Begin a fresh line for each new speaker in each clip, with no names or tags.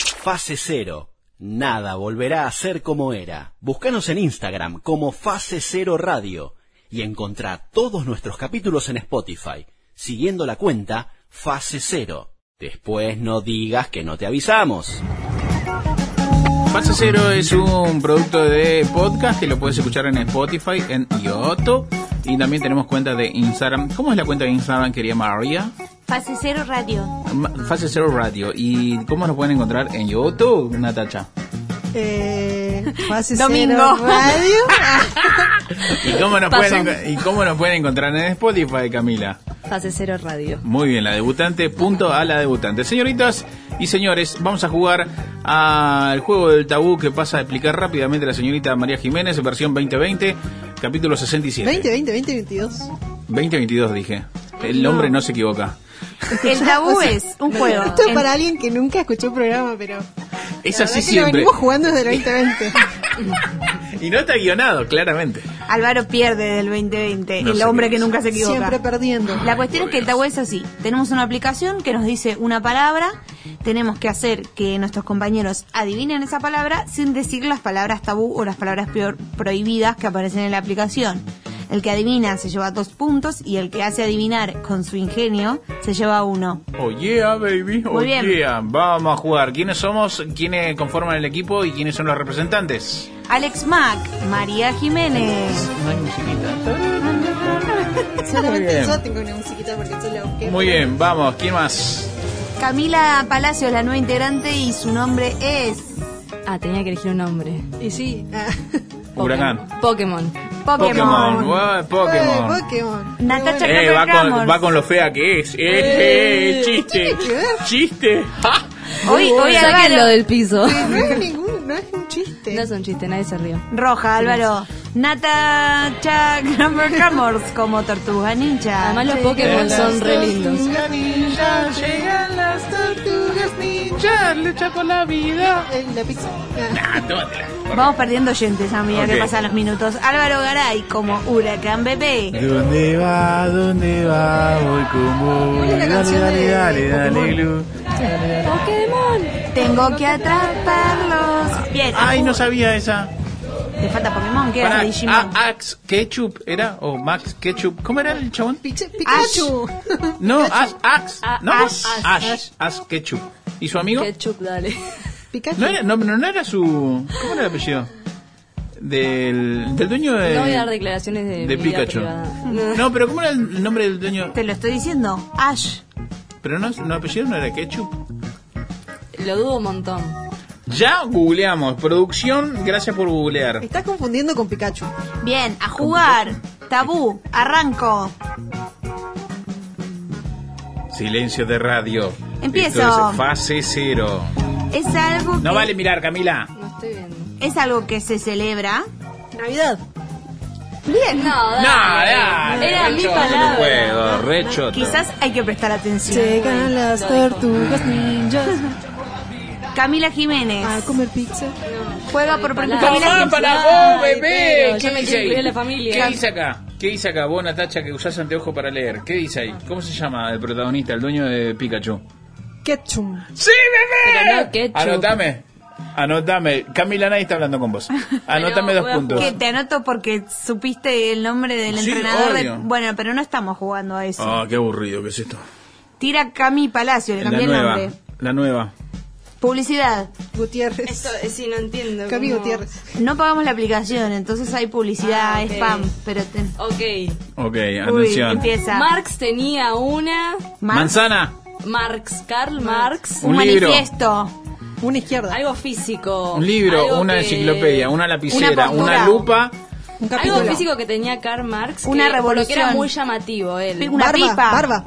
Fase Cero. Nada volverá a ser como era. Búscanos en Instagram como Fase Cero Radio y encontrá todos nuestros capítulos en Spotify, siguiendo la cuenta Fase Cero. Después no digas que no te avisamos.
Fase Cero es un producto de podcast que lo puedes escuchar en Spotify, en Yoto. Y también tenemos cuenta de Instagram. ¿Cómo es la cuenta de Instagram, querida María?
Fase Cero Radio.
Ma- Fase Cero Radio. ¿Y cómo nos pueden encontrar en YouTube, Natacha?
Eh, fase
Domingo.
cero radio.
¿Y cómo, nos
Paso.
pueden, enco- ¿Y cómo nos pueden encontrar en Spotify, Camila?
Fase Cero Radio.
Muy bien, la debutante, punto a la debutante. Señoritas y señores, vamos a jugar al juego del tabú que pasa a explicar rápidamente la señorita María Jiménez, versión 2020, capítulo 67.
20, 20, 20, 22.
2022 dije. El
No.
hombre no se equivoca.
El tabú Uh, es un juego.
Esto es
en-
para alguien que nunca escuchó el programa, pero.
Es
la
así
verdad que lo
siempre.
venimos jugando desde el 2020.
Y no está guionado, claramente.
Álvaro pierde del 2020.
No
el
sé
hombre
qué
que
es.
nunca se equivoca.
Siempre perdiendo.
La cuestión es que el tabú es así. Tenemos una aplicación que nos dice una palabra. Tenemos que hacer que nuestros compañeros adivinen esa palabra sin decir las palabras tabú o las palabras peor prohibidas que aparecen en la aplicación. El que adivina se lleva dos puntos y el que hace adivinar con su ingenio se lleva uno.
Oh yeah, baby. Oh
Muy bien.
yeah. Vamos a jugar. ¿Quiénes somos? ¿Quiénes conforman el equipo? ¿Y quiénes son los representantes?
Alex Mack, María Jiménez.
No hay musiquita. Muy
Solamente
bien.
yo tengo una musiquita porque yo la busqué.
Muy bien, vamos. ¿Quién más?
Camila Palacios, la nueva integrante, y su nombre es
Ah, tenía que elegir un nombre.
Y sí. ah.
Huracán.
Pokémon.
Pokémon.
Ué,
Eh,
Pokémon.
Pokémon.
Natacha
Qué bueno.
Eh,
Capel
va, con,
Ramos.
va con lo fea que es. Eh, eh, chiste.
tiene que ver?
Chiste. Ja.
Hoy, hoy
Sáquenlo
Álvaro.
del piso.
No es ningún, no es un chiste.
No es un chiste, nadie se rió.
Roja, Álvaro. Natacha Capel Ramos como tortuga ninja.
Además, los Pokémon son re lindos.
Tortugas ninja, llegan las tortugas ninja, lucha por la vida.
Eh, la pizza. Ah.
Ah, tómatela.
Vamos perdiendo oyentes a medida
Ok.
que pasan los minutos. Álvaro Garay como Huracán Bebé.
¿Dónde va? ¿Dónde va? Voy como
Hay una canción de Pokémon.
luz.
Tengo que atraparlos. Bien.
Ah. Ay, no sabía esa.
Te falta Pokémon, ¿qué
Pará, Ah,
hace Digimon?
A- Axe Ketchup era, o Max Ketchup. ¿Cómo era el chabón?
Piche- Pikachu.
No, Ash, Axe.
A-
No,
Ash.
Ash, Ash Ketchup. ¿Y su amigo?
Ah, Ketchup, dale.
Eh,
Pikachu.
No era, no, no no era su. ¿Cómo era el apellido? Del, del dueño de.
No voy a dar declaraciones de,
de
mi vida
Pikachu.
privada.
No, pero ¿cómo era el nombre del dueño?
Te lo estoy diciendo. Ash.
Pero no, no apellido no era Ketchup.
Lo dudo un montón.
Ya googleamos. Producción, gracias por googlear.
Estás confundiendo con Pikachu.
Bien, a jugar. Tabú, arranco.
Silencio de radio.
Empiezo.
Esto es fase cero.
Es algo que,
No vale mirar, Camila.
No estoy viendo.
es algo que se celebra.
Navidad.
Bien. No,
No, dale.
Era mi
recho,
palabra.
juego, rechoto.
Quizás hay que prestar atención.
Llegan las tortugas ninjas
Camila Jiménez
Ah,
a comer pizza.
juega por primera
palabra.
Camila
Mamá,
Jiménez-
para
Ay,
vos, bebé.
pero ya me quiero
ahí?
incluir en la familia.
¿Qué dice acá? ¿Qué dice acá? Vos, Natacha, que usás anteojo para leer. ¿Qué dice ahí? ¿Cómo se llama el protagonista, el dueño de Pikachu?
Ketchum.
¡Sí,
Pero
bebé!
no, ketchup.
Anotame. Anotame. Camila nadie está hablando con vos. Anotame
Pero
dos
voy a
puntos.
Que te anoto porque supiste el nombre del
Sí,
entrenador. de-
obvio.
Bueno, pero no estamos jugando a eso.
Ah, qué aburrido que es esto.
Tira Cami Palacio, le
La
cambié el
nueva.
nombre.
La nueva.
Publicidad.
Gutiérrez.
eh, sí, no entiendo.
Cami Gutiérrez.
No pagamos la aplicación, entonces hay publicidad,
Ah, ok.
spam, pero ten...
Ok.
Ok,
Uy,
atención.
empieza.
Marx tenía una.
Mar-
Manzana.
Marx, Karl Marx.
Un,
Un libro.
manifiesto.
Una izquierda.
Algo físico.
Un libro,
algo
una
que-
enciclopedia, una lapicera,
postura.
una lupa.
Un capítulo.
Algo físico que tenía Karl Marx.
Una
que, por lo que era
revolución.
muy llamativo él.
Una
barba,
pipa.
barba.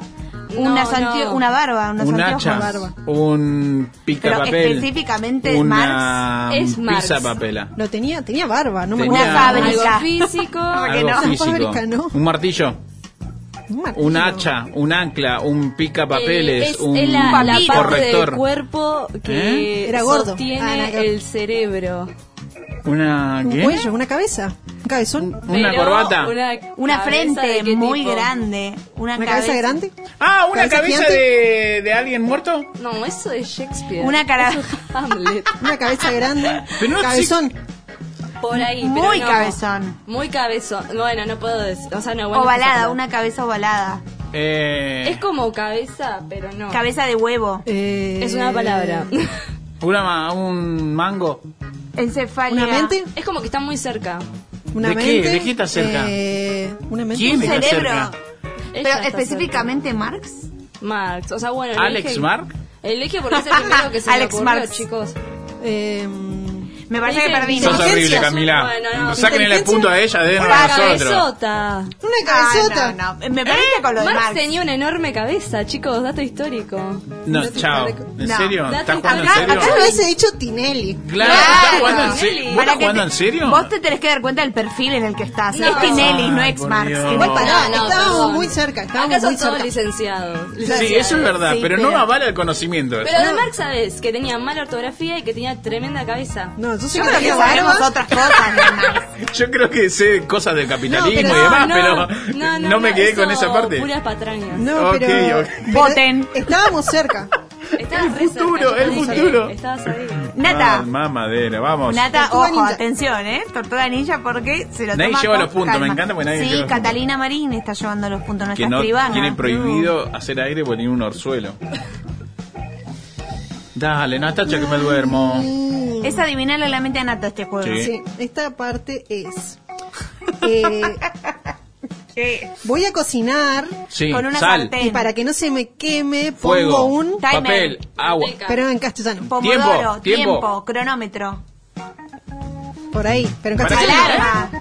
Una,
No,
santio-
no.
una barba, unos
un
anteojos.
hacha,
barba.
un picapapel.
Pero específicamente
una
Marx es Marx.
pizzapapela.
No tenía, tenía barba, no me
Tenía-
acuerdo.
Ah,
Una fábrica.
Algo físico.
que
Algo
no.
físico.
Fábrica, ¿no?
Un martillo,
Un martillo.
un hacha, un ancla, un
Eh,
picapapeles,
es
un
es la, la
papiro.
parte
corrector,
del cuerpo que
¿Eh? Era gordo.
sostiene
Ah, nada que ver.
el cerebro.
una
Un
¿qué?
cuello, una cabeza. Un cabezón.
Una
Pero
corbata.
Una,
Una
cabeza de
frente
qué
muy
tipo.
grande. Una,
¿Una cabeza grande?
Ah, una
¿Cabeza
cabeza
gigante?
de, de alguien muerto.
No, eso es Shakespeare.
Una cara-
Eso es Hamlet.
Una cabeza grande.
Pero no
cabezón.
Por ahí. pero
Muy
no.
cabezón.
Muy cabezón. Bueno, no puedo decir. O sea, no, bueno,
Ovalada,
no sé cómo.
una cabeza ovalada.
Eh,
Es como cabeza, pero
Ah.
no.
Cabeza de huevo.
Eh,
es una palabra.
una ma- un mango.
Encefalea.
¿Una mente?
es como que está muy cerca.
Una
¿De qué?
mente.
¿De qué está cerca?
Eh, una mente.
¿Quién
Un
está
cerebro.
cerca?
Ella
Pero
está
específicamente Marx.
cerca. Marx. O sea, bueno. lo
Alex
dije-
Mark.
El eje porque es el primero que
Alex
se Alex ocurrió,
Marx.
chicos.
Eh,
Me parece que
Dije
perdí.
Sos
Sos
Inteligencia.
horrible, Camila.
Bueno, no.
Sáquenle el punto a ella, dennos
Una
a nosotros.
cabezota.
una
Ah,
cabezota.
no, no. Me parece con lo de
Marx,
Marx.
tenía una enorme cabeza, chicos. Dato histórico.
No, chao. ¿En
No.
serio?
Date
¿Estás jugando en
acá-
serio?
Acá lo hubiese dicho Tinelli.
Claro, ¿estás
Claro.
jugando en serio? ¿Vos
Para
estás
que
jugando
te-
en serio?
Vos te tenés que dar cuenta del perfil en el que estás.
No.
Es Tinelli, no
Ay,
es
por
Marx.
Dios.
Igual para-
Ah, estábamos
perdón.
muy cerca, estábamos
Acá son
muy
todos
cerca.
licenciados.
Sí, eso es verdad, pero no avala el conocimiento.
Pero de Marx sabes que tenía mala ortografía y que tenía tremenda cabeza.
No, yo sé
Yo
que
creo que
tenía
sabemos
barba.
otras cosas de Marx.
Yo creo que sé cosas del capitalismo
No,
y
pero
demás,
Ah, no,
Ah, pero no, me quedé con
eso,
esa parte.
Puras patrañas.
No,
Ok,
pero,
ok.
pero
Voten.
Estábamos cerca.
el
futuro, el futuro.
Estabas ahí.
Nata.
Ah, mamadera, vamos.
Nata,
Tortuga
ojo,
ninja.
atención, ¿eh? Tortuga ninja porque se lo
Nadie
toma
lleva
con
los puntos,
calma.
me encanta porque nadie lleva
Sí,
los
Catalina Marín está llevando los puntos, nuestra
que no
escribana.
tiene prohibido hacer aire porque tiene un orzuelo. Dale, Natacha, que me duermo.
No. Es adivinarle la mente a Nata este juego.
Sí.
Sí, esta parte es. eh, voy a cocinar
Sí,
Con una
sal,
sartén.
y para que no se me queme,
fuego,
pongo un.
Timer.
papel, agua.
Pero en castellano.
Tiempo,
Pomodoro, tiempo,
tiempo.
cronómetro,
Por ahí, pero en
Para-
castellano.
alarma.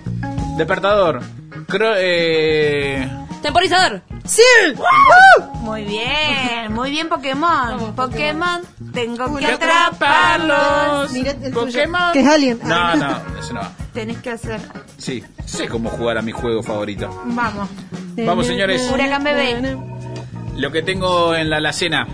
Despertador. Cro- eh,
Temporizador.
¡Sí!
Muy bien, muy bien Pokémon.
Vamos,
Pokémon, tengo que
que
atraparlos.
Mira el tuyo,
Pokémon.
que es Ah. Alien.
No, no, eso no va.
Tenés que hacer.
Sí, sé cómo jugar a mi juego favorito.
Vamos.
Vamos, señores.
Huracán bebé.
Lo que tengo en la alacena.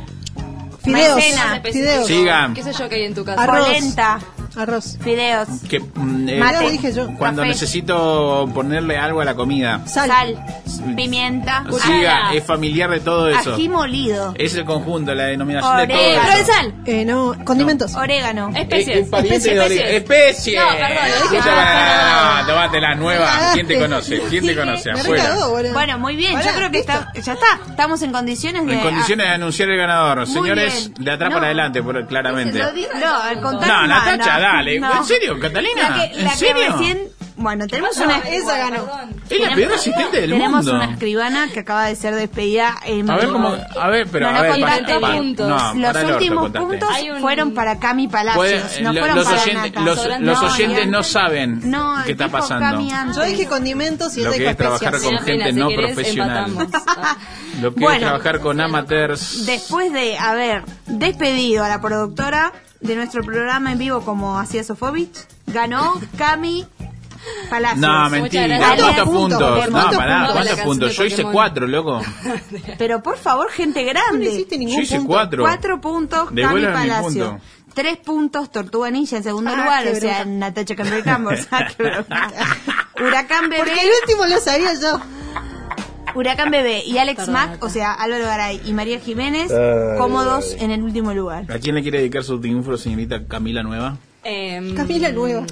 Fideos.
Maicena.
Ah, Fideos.
Sigan.
¿Qué sé yo que hay en tu casa?
Arroz.
Polenta,
Arroz.
fideos,
Que, mm, eh,
Mate. dije yo.
Cuando
Café.
necesito ponerle algo a la comida.
Sal.
sal, pimienta,
Siga,
Ah.
es familiar de todo eso. Eh.
ají molido,
Es el conjunto, la denominación de todo
Eh,
Orégano.
eso.
provenzal.
Eh, no, condimentos.
orégano.
Especies.
Es- es pariente de
Especies.
ori- especies.
No, perdón, lo dije
Ya
yo.
va, tomate la nueva. ¿Quién te
Cagaste.
conoce? ¿Quién te conoce?
Me
Afuera.
recagó, boludo.
Bueno, muy bien, yo
Pará,
creo que
listo.
está, ya está, estamos en condiciones de...
En condiciones de anunciar el ganador. Señores,
bien.
de atrás
No.
para adelante, por- claramente.
Lo di- No, al contrario.
No, Natacha, dale. ¿En serio, Catalina?
La que,
¿En
la que
serio?
recién- bueno, tenemos una...
esa ganó.
Es la peor asistente del
tenemos
mundo.
una escribana que acaba de ser despedida en
A ver
vivo.
cómo. A ver, pero.
No, no
a ver,
contaste
pa- pa-
bien.
no, para
los
el orto
últimos
contaste.
puntos
Hay un-
fueron para Cami Palacios,
Puede- eh,
no
lo-
fueron
los,
para
oyentes,
Nata.
los, los
No,
oyentes
ni
no
antes.
saben
No,
qué está
dijo Cami
pasando.
antes.
Yo dije condimentos y
Lo
él
que
dijo
es trabajar
especias.
con
Mira,
gente
Fina,
no
si querés,
profesional.
empatamos. Ah.
Lo que
Bueno.
es trabajar con amateurs.
Después de haber despedido a la productora de nuestro programa en vivo como hacía Sofovich, ganó Cami Palacios.
No,
Muchas
mentira.
gracias.
¿Cuántos
¿Cuántos
puntos?
puntos?
No,
¿Cuántos
pará,
puntos?
¿cuántos
La
puntos? Yo
canción de
hice
Pokémon.
cuatro, loco.
Pero por favor, gente
No le
grande.
hiciste ningún
Yo hice
punto.
cuatro.
Cuatro puntos, Cami
Devuélveme mi
Palacios.
punto.
Tres puntos, Tortuga Ninja en segundo
Ah,
lugar,
qué
o sea,
bronca.
Natacha Cambercambo. o sea, qué bronca. Huracán Bebé,
Porque el último lo sabía yo.
Huracán Bebé y Alex
Perdón,
Mack,
Nata.
o sea, Álvaro Garay y María Jiménez, cómodos en el último lugar.
¿A quién le quiere dedicar su triunfo, señorita Camila Nueva?
Em,
Camila Nueva.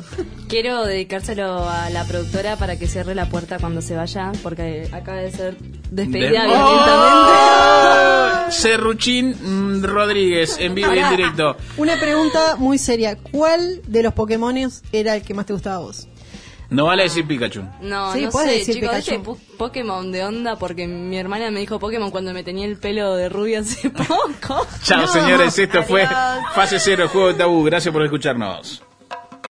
Quiero dedicárselo a la productora para que cierre la puerta cuando se vaya, porque acaba de ser despedida
De-
violentamente.
¡Oh! Serruchín mm, Rodríguez, en vivo y en directo.
Una pregunta muy seria. ¿Cuál de los Pokémones era el que más te gustaba a vos?
No vale decir Pikachu.
No,
Sí,
no
puedes
sé,
decir
chicos,
Pikachu.
deje po- Pokémon de onda porque mi hermana me dijo Pokémon cuando me tenía el pelo de rubia hace poco.
Chao,
No,
señores. Esto fue
adiós.
Fase Cero, Juego de Tabú. Gracias por escucharnos.